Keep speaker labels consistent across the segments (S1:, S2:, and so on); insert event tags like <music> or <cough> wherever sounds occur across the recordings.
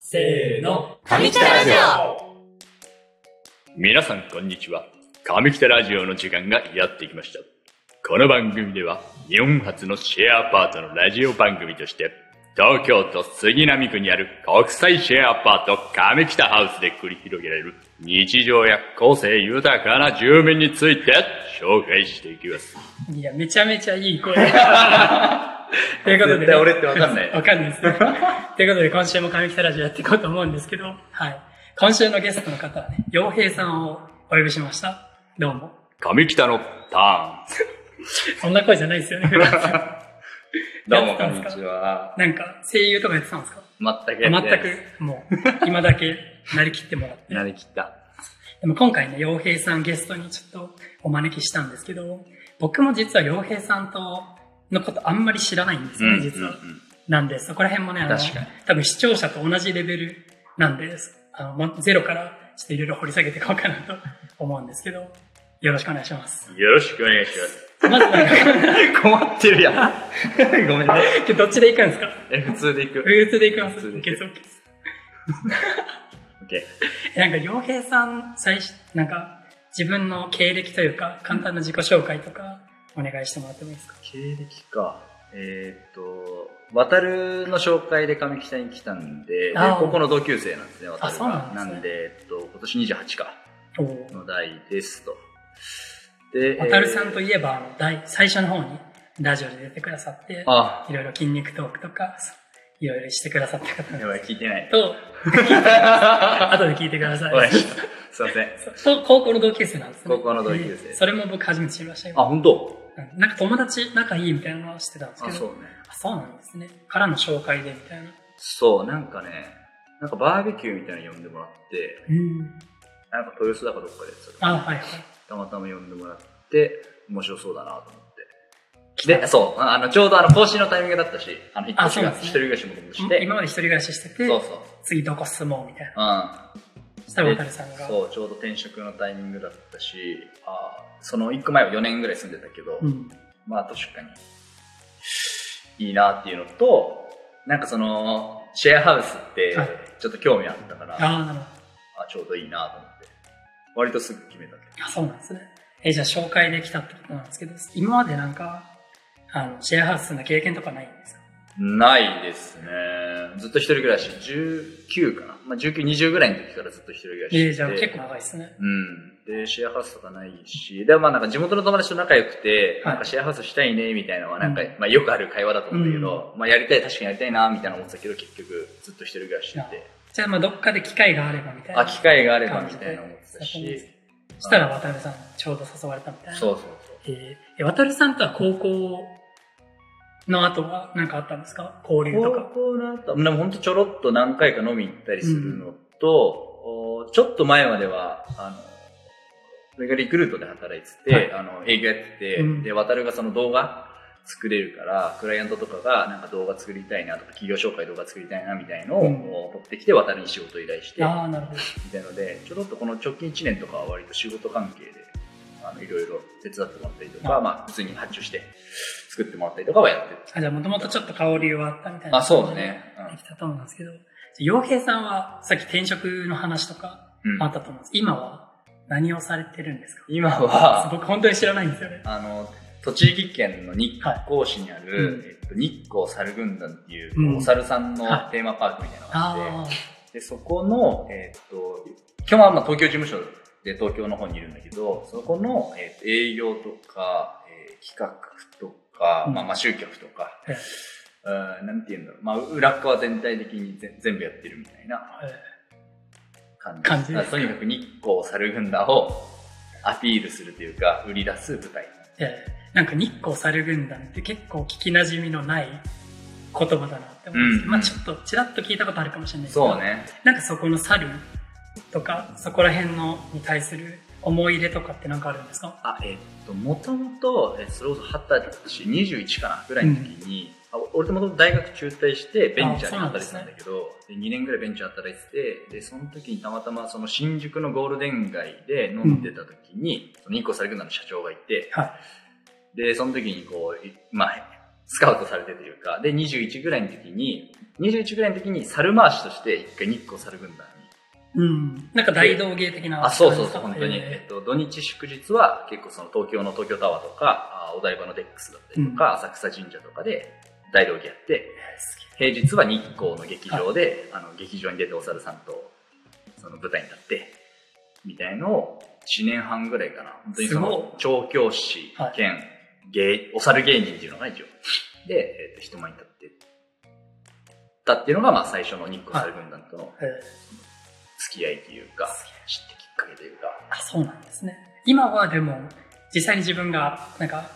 S1: せーの。
S2: 上北ラジ
S3: 皆さんこんにちは上北ラジオの時間がやってきましたこの番組では日本初のシェアアパートのラジオ番組として東京都杉並区にある国際シェアアパート上北ハウスで繰り広げられる日常や個性豊かな住民について紹介していきます。
S1: いや、めちゃめちゃいい声。ということで、ね。
S3: 絶対俺ってわかんない
S1: わかんないですね。ということで、今週も上北ラジオやっていこうと思うんですけど、はい。今週のゲストの方はね、洋平さんをお呼びしました。どうも。
S3: 上北のターン。
S1: そんな声じゃないですよね、普段
S4: どうも、こんにちは。
S1: なんか、声優とかやってたんですか
S4: 全く
S1: 全
S4: やってないです。
S1: く、もう、今だけ、なりきってもらって。
S4: なりきった。
S1: でも今回ね、洋平さんゲストにちょっとお招きしたんですけど、僕も実は洋平さんとのことあんまり知らないんですよね、実は。なんで、そこら辺もね、あの
S4: 確かに、
S1: 多分視聴者と同じレベルなんです。あの、まゼロからちょっといろいろ掘り下げていこうかなと思うんですけど、よろしくお願いします。
S3: よろしくお願いします。
S1: まずなんか、
S4: <laughs> 困ってるやん。ごめんね。
S1: どっちで行くんですか
S4: え、 <laughs> 普通で行く。
S1: ルーツで行くんです
S4: 普通で
S1: い
S4: 行く
S1: けそういけそう
S4: OK。
S1: なんか、洋平さん、最初、なんか、自分の経歴というか、簡単な自己紹介とか、お願いしてもらってもいいですか
S4: 経歴か。えーっと、渡るの紹介で上北に来たんで、で
S1: あー
S4: ここの同級生なんですね、渡る
S1: そうなんで
S4: が。
S1: すね
S4: なんで、えっと、今年28か。
S1: おー
S4: の代ですと。で、
S1: 渡るさんと
S4: えー
S1: いえば、あの大最初の方にラジオで出てくださって、
S4: あ、
S1: いろいろ筋肉トークとか、そういろいろしてくださった方
S4: やばい、聞いてな
S1: <laughs>
S4: い。
S1: と、 <laughs> 後で聞いてください
S4: おい、。すいません。
S1: と、高校の同級生なんですね。
S4: 高校の同級生
S1: えーそれも僕初めて知りました
S4: あ、
S1: よ。
S4: 本当
S1: うんなんか友達仲いいみたいなのは知ってたんですけ
S4: あ、
S1: ど。
S4: そうね。
S1: あそうなんですね。からの紹介でみたいな。
S4: そう、なんかね、なんかバーベキューみたいなの呼んでもらって、
S1: うん。
S4: なんか豊洲だかどっかでそれ
S1: あ、はいはい。
S4: たまたま呼んでもらって面白そうだなと思ってでそうああのちょうどあの更新のタイミングだったしあの引っ
S1: あ
S4: 越
S1: そ
S4: し
S1: うなん
S4: が
S1: です
S4: 一
S1: ね
S4: 人暮らしもして
S1: 今まで一人暮らししてて、
S4: そうそう
S1: 次どこ住もうみたいな。
S4: う
S1: したら渡さん
S4: ん
S1: が。
S4: そうちょうど転職のタイミングだったしあその1個前は4年ぐらい住んでたけど、
S1: うん。
S4: まあ確かにいいなっていうのとなんかそのシェアハウスって
S1: はい
S4: ちょっと興味あったからあ
S1: ああ、なるほど。
S4: ちょうどいいなと思って割とすぐ決めた
S1: あそうなんですね。えーじゃあ紹介できたってことなんですけど、今までなんか、あの、シェアハウスの経験とかないんですか
S4: ないですね。ずっと一人暮らし、19かな。まあ、19、20ぐらいの時からずっと一人暮らし
S1: え
S4: してて。
S1: ーじゃあ結構長いですね。
S4: うん。で、シェアハウスとかないし、でもまあなんか地元の友達と仲良くて、
S1: はい
S4: なんかシェアハウスしたいね、みたいなのはなんか、
S1: うん
S4: まあよくある会話だと思うんだけど、まあやりたい、確かにやりたいな、みたいな思ってたけど、結局ずっと一人暮らししてて、
S1: じゃあまあどっかで機会があればみたいな。
S4: あ、機会があれば、みたいな思ってたし、
S1: そしたら渡るさんちょうど誘われたみたいな。
S4: そうそう
S1: えーえ渡るさんとは高校の後は何かあったんですか交流
S4: そう。
S1: と
S4: 高
S1: か。
S4: 校の後、でもほんとちょろっと何回か飲み行ったりするのと、おちょっと前までは、あの、俺がリクルートで働いてて、
S1: はい
S4: あの、営業やってて、
S1: うん
S4: で、渡るがその動画作れるから、クライアントとかがなんか動画作りたいなとか、企業紹介動画作りたいなみたいのを、
S1: うん
S4: 取ってきて渡るに仕事を依頼して、み
S1: ああ、なるほど。
S4: たいので、ちょろっとこの直近1年とかは割と仕事関係で、あの、いろいろ手伝ってもらったりとか、
S1: あ
S4: まあ、普通に発注して作ってもらったりとかはやってる。
S1: あじゃあもともとちょっと交流はあったみたいな。
S4: あ、そうだ。ね。
S1: できたと思うんですけど、じゃあ洋平さんはさっき転職の話とか
S4: うん。うん
S1: あったと思うんです。今は何をされてるんですか
S4: 今は、
S1: 僕本当に知らないんですよね。
S4: あの、栃木県の日光市にある、
S1: はいうん
S4: えっと、日光猿軍団っていう、
S1: うん
S4: お猿さんの
S1: はい
S4: テーマパークみたいなのがあって、
S1: あ
S4: で、そこの、えっと、今日はまあ東京事務所で東京の方にいるんだけど、そこの、えっと、営業とか、えー企画とか、
S1: うん
S4: まあ、まあ集客とか、
S1: はい
S4: うん、なんて言うんだろう、まあ、裏っ側全体的にぜ全部やってるみたいな
S1: あ、えー
S4: 感じ。
S1: 感じです
S4: だからとにかく日光猿軍団をアピールするというか、売り出す舞台。
S1: えーなんか日光猿軍団って結構聞き馴染みのない言葉だなって思うんですけど、
S4: うん
S1: まあちょっとちらっと聞いたことあるかもしれないけど
S4: そうね。
S1: なんかそこの猿とかそこら辺のに対する思い入れとかってなんかあるんですか
S4: あ、えーっと、もともと、えーそれこそ二十歳、21かな、ぐらいの時に、あ俺ともともと大学中退して、ベンチャーに働いてたんだけど、で2年ぐらいベンチャー働いてて、で、その時にたまたまその新宿のゴールデン街で飲んでた時に、その日光されくの社長がいて、
S1: は
S4: で、その時にこう、いまあ、スカウトされてというか、で、21ぐらいの時に、21ぐらいの時に猿回しとして、一回日光猿軍団に。
S1: うん。なんか大道芸的な
S4: あ、そうそうそう、
S1: 感
S4: 本
S1: じ
S4: 当
S1: ですか
S4: に。え
S1: へ
S4: っと、土日祝日は、結構その東京の東京タワーとか、あお台場のデックスだったりとか、浅草神社とかで、大道芸やって、
S1: えすげえ
S4: 平日は日光の劇場で、あの劇場に出てお猿さんとその舞台に立ってみたいのを1年半ぐらいかな本当にそ
S1: すご
S4: の調教師
S1: はい
S4: 兼芸お猿芸人っていうのが一応で、えっと人前に立ってたっていうのが、まあ、最初の日光猿軍団との
S1: へえ
S4: 付き合いというか、
S1: す
S4: 知ってきっかけというか
S1: あ、そうなんですね。今はでも、実際に自分が、なんか、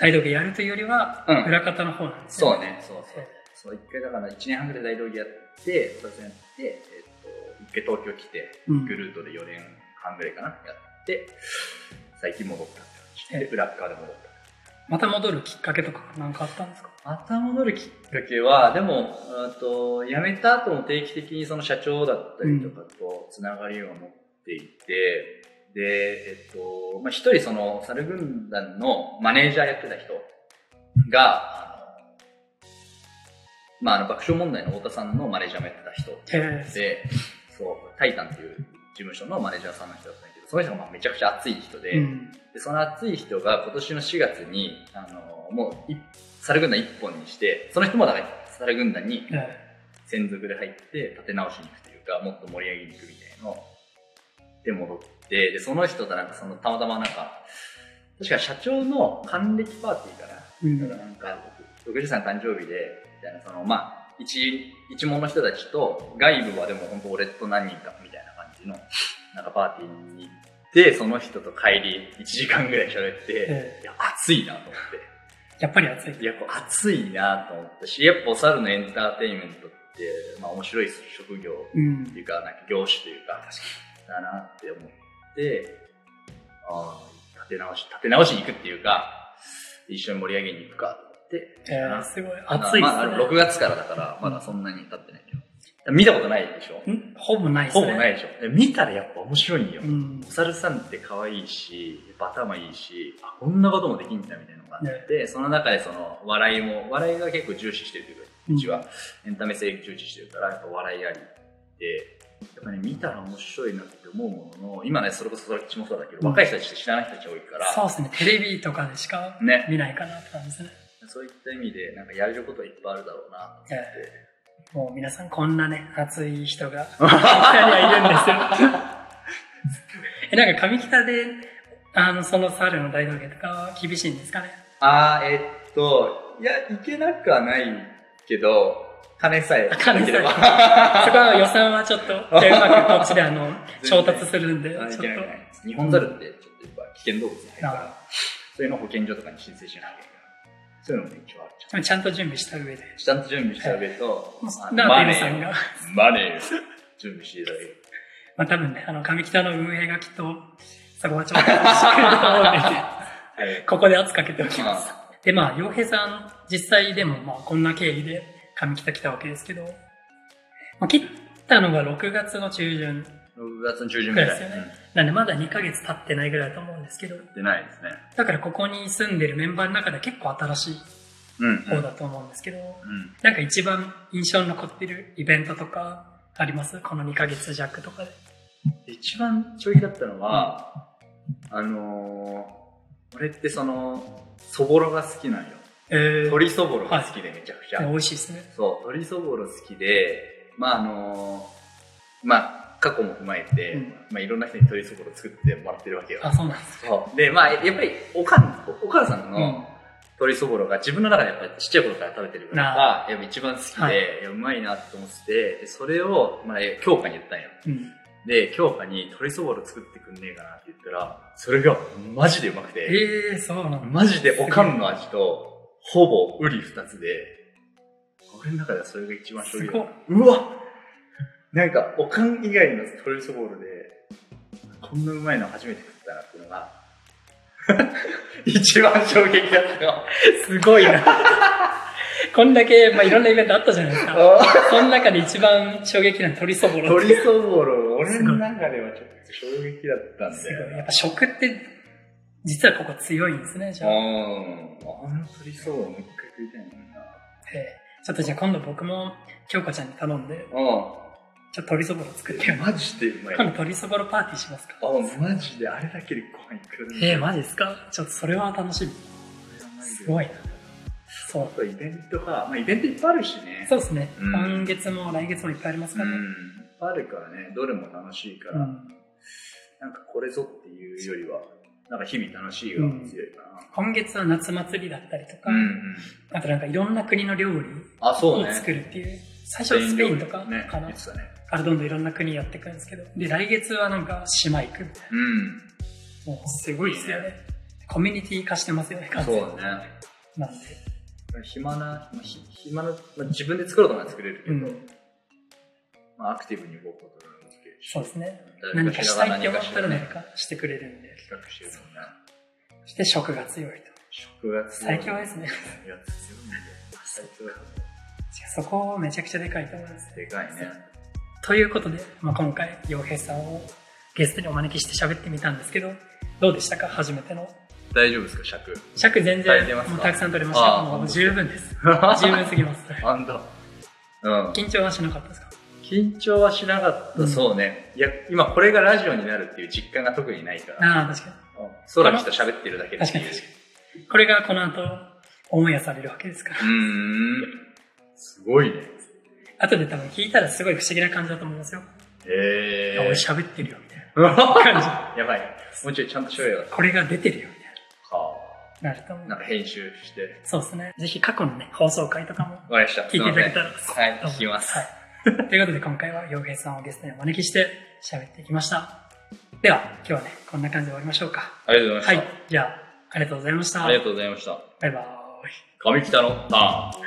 S1: 大道芸やるというよりは、
S4: うん
S1: 裏方の方なんですね。
S4: そうねそうそうそう一回だから1年半ぐらい大道芸やってそれやって、えっと一回東京来て
S1: うん
S4: グルートで4年半ぐらいかなやって最近戻ったって
S1: え
S4: 感じで裏っ側で戻っ
S1: また戻るきっかけとか何かあったんですか
S4: たまた戻るきっかけはでもあと辞めた後も定期的にその社長だったりとかとつながりを持っていて、でえっとまあ、一人その猿軍団のマネージャーやってた人があのまあ、あの爆笑問題の太田さんのマネージャーもやってた人
S1: へえ
S4: で、そう、タイタンっていう事務所のマネージャーさんの人だったんだけど、その人がまあめちゃくちゃ熱い人で、
S1: うん。
S4: でその熱い人が今年の4月に、あのもうい、猿軍団一本にして、その人もだから猿軍団に
S1: え
S4: 専属で入って立て直しに行くというか、もっと盛り上げに行くみたいのをで戻って、で、その人となんかその、たまたまなんか、確か社長の還暦パーティーかな、
S1: えうん
S4: だからなんか、60歳の誕生日で、みたいな、その、まあ、一、一門の人たちと、外部はでも本当俺と何人か、みたいな感じの、なんかパーティーに行って、その人と帰り、1時間ぐらい喋って、
S1: え
S4: いや、暑いなと思って。
S1: えやっぱり熱い。
S4: いや、こう暑いなと思ったし、やっぱお猿のエンターテインメントって、まあ面白い職業
S1: う
S4: っ
S1: ん
S4: てい。うか、なんか業種というか、だなって思って、ああ、立て直し、立て直しに行くっていうか、一緒に盛り上げに行くかって。
S1: ええすごい。
S4: まだ
S1: 熱いです
S4: まあ、あの
S1: ね。
S4: 6月からだから、まだそんなに経ってないけど。見たことないでしょ
S1: んほぼないです
S4: ほ
S1: ね。
S4: ぼないでしょで見たらやっぱ面白いんよ。
S1: うん
S4: お。猿さんって可愛いし、やっぱ頭いいし、あ、こんなこともできんだみたいなのがあって、その中でその笑いも、笑いが結構重視してるというか、
S1: うん
S4: うちはエンタメ性重視してるから、やっぱ笑いありで、やっぱね、見たら面白いなって思うものの、今ね、それこそそれっちもそうだけど、
S1: うん
S4: 若い人たちって知らない人たち多いから、
S1: そうですね。テレビとかでしか
S4: ね、
S1: 見ないかなって感じですね。
S4: そういった意味で、なんかやれることはいっぱいあるだろうな
S1: ええもう皆さんこんなね、熱い人 <laughs> が
S4: と思って。
S1: いるんですよ。 <laughs> え、なんか上北で、あの、その猿の大道芸とかは厳しいんですかね
S4: あー、えっと、いや、いけなくはないけど、 <laughs> 金さえ、
S1: 金さえ
S4: なければ
S1: そこは予算はちょっと、 <laughs> じゃあうまくこっちであの、調達するんで、ちょ
S4: あ
S1: っ
S4: い
S1: と
S4: けないいけない日本猿ってちょっとやっぱ危険動物に入るか
S1: あ
S4: ら、そういうのを保健所とかに申請しなきゃいけないから、そういうのも一応あるじ
S1: でもちゃんと準備した上で。
S4: ゃん。ちゃんと準備した上と、あの
S1: な
S4: マ
S1: あ、デ
S4: ネ
S1: ルさん
S4: ーを
S1: が、
S4: マネーを準備していただける。
S1: まあ多分ね、あの、上北の運営がきっと、そこはちょっとしっかりと思う
S4: はい
S1: んで、ここで圧かけておき
S4: ま
S1: ます。
S4: あ
S1: で、まあ、洋平さん、実際でも、まあ、こんな経緯で上北来たわけですけど、まあ、切ったのが6月の中旬、
S4: 6月の中旬ぐらい。
S1: そうですよね
S4: う
S1: なんでまだ2ヶ月経ってないぐらいだと思うんですけど、
S4: ん出ないですね。
S1: だからここに住んでるメンバーの中で結構新しい
S4: うんうん。
S1: 方だと思うんですけど、
S4: うん
S1: なんか一番印象に残ってるイベントとかありますこの2ヶ月弱とかで。
S4: 一番衝撃だったのは、あのー、俺ってその、そぼろが好きなんよ。
S1: えー、
S4: 鶏そぼろが好きでめちゃくちゃ。
S1: 美味しいですね。
S4: そう、鶏そぼろ好きで、まああのーまあ過去も踏まえて、
S1: うん
S4: まあいろんな人に鶏そぼろ作ってもらってるわけよ。
S1: あ、そうなんです。
S4: そうで、まあやっぱりおかん、お母さん
S1: うん
S4: の鶏そぼろが自分の中でやっぱりちっちゃい頃から食べてるから
S1: な
S4: やっぱ一番好きで、
S1: はい
S4: い、やうまいなと思ってて、でそれを、まあ京香に言ったんよ。
S1: うん。
S4: で、京香に鶏そぼろ作ってくんねえかなって言ったら、それがマジでうまくて。
S1: えー、そうなんだ。
S4: マジでおかんの味と、ほぼウリ二つで、俺の中ではそれが一番衝
S1: す
S4: 撃
S1: ごい。
S4: うわなんか、おかん以外の鶏そぼろで、こんなうまいの初めて食ったなっていうのが、 <laughs> 一番衝撃だったよ。
S1: すごいな。
S4: <laughs>
S1: こんだけ、まあ、いろんなイベントあったじゃないですか。その中で一番衝撃なのは鶏そぼろ。
S4: 鶏そぼろ、俺の中ではちょっと衝撃だったん
S1: す
S4: だ
S1: ご
S4: よ
S1: い。
S4: ね。
S1: やっぱ食って、実はここ強いんですね、じ
S4: う
S1: ゃあ。
S4: ん。あの鶏そぼろもう一回作りたいもんな。
S1: えーちょっとじゃあ今度僕も京子ちゃんに頼んで、
S4: う
S1: ちょっと鶏そぼろ作ってよ
S4: ん。。マジでうまい。
S1: 今度鶏そぼろパーティーしますか
S4: あ、マジであれだけでご飯いくらでもいける
S1: えー、マジですかちょっとそれは楽しみ。すごいな。そう。
S4: あとイベントが、まあイベントいっぱいあるしね。
S1: そうですね。
S4: うん
S1: 今月も来月もいっぱいあります
S4: う
S1: から
S4: ん。
S1: ね。
S4: いっぱいあるからね、どれも楽しいから、
S1: うん
S4: なんかこれぞっていうよりは、なんか日々楽しいが強いか
S1: 今月は夏祭りだったりとか
S4: な。、ん。
S1: あとなんかいろんな国の料理
S4: あ、そう
S1: を
S4: ね。
S1: 作るっていう。最初はスペインとか
S4: ね、
S1: か
S4: 言っ
S1: な。
S4: てたね。
S1: からどんどんいろんな国やっていくんですけど。で、来月はなんか島行くみたいな。
S4: う
S1: もうすごいですよね。コミュニティ化してますよね、
S4: ん。
S1: 完
S4: そう
S1: 全に
S4: だね。
S1: なんで。
S4: 暇な、まあひ暇な、まあ、自分で作ろうとなら作れるけ
S1: う
S4: ど、
S1: ん。
S4: まあ、アクティブに動くことが難しいし。
S1: そうですね。
S4: 誰
S1: 何かしたいって思ったら
S4: 何
S1: 何
S4: か
S1: かしてくれるんで。
S4: しらね企画してるもんね。
S1: そして食が強いと。
S4: 食が強い。
S1: 最強ですね。 <laughs>
S4: いや、強いんだよ。最強だよ
S1: そこめちゃくちゃでかいと思います。
S4: でかいね。
S1: ということで、まあ、今回、洋平さんをゲストにお招きして喋ってみたんですけど、どうでしたか初めての。
S4: 大丈夫ですか、尺。
S1: 尺全
S4: はい
S1: 然
S4: 出ますか
S1: もうたくさん取れました。
S4: あー
S1: も
S4: 本
S1: う
S4: 当
S1: 十分です。十分すぎます。
S4: あんだ。うん。
S1: 緊張はしなかったですか
S4: 緊張はしなかった、
S1: うん
S4: そうね。いや、今これがラジオになるっていう実感が特にないから。
S1: ああ、確か
S4: うん空来た喋ってるだけ
S1: に。
S4: で
S1: 確
S4: す
S1: かに確かに。これがこの後、オンエアされるわけですから
S4: う。ーん。すごいね。
S1: 後で多分聞いたらすごい不思議な感じだと思いますよ。
S4: え
S1: いや
S4: ー。
S1: 俺喋ってるよ、みたいな感じ。
S4: <laughs> やばい。もうちょいちゃんとしようよ。
S1: これが出てるよ、みたい
S4: は
S1: な。なると思
S4: あ。
S1: う
S4: なん。か編集して。
S1: そうですね。ぜひ過去のね、放送回とかも
S4: わかりました。
S1: 聞いていただけたら。
S4: すいませんはい、聞きます。
S1: はい。ということで今回は洋平さんをゲストにお招きして喋っていきました。では、今日はね、こんな感じで終わりましょうか。
S4: ありがとうござ
S1: はい
S4: まし。
S1: い。じゃあ、ありがとうございましたた。
S4: ありがとうございました。
S1: バイバーイ。
S4: 上北のターン。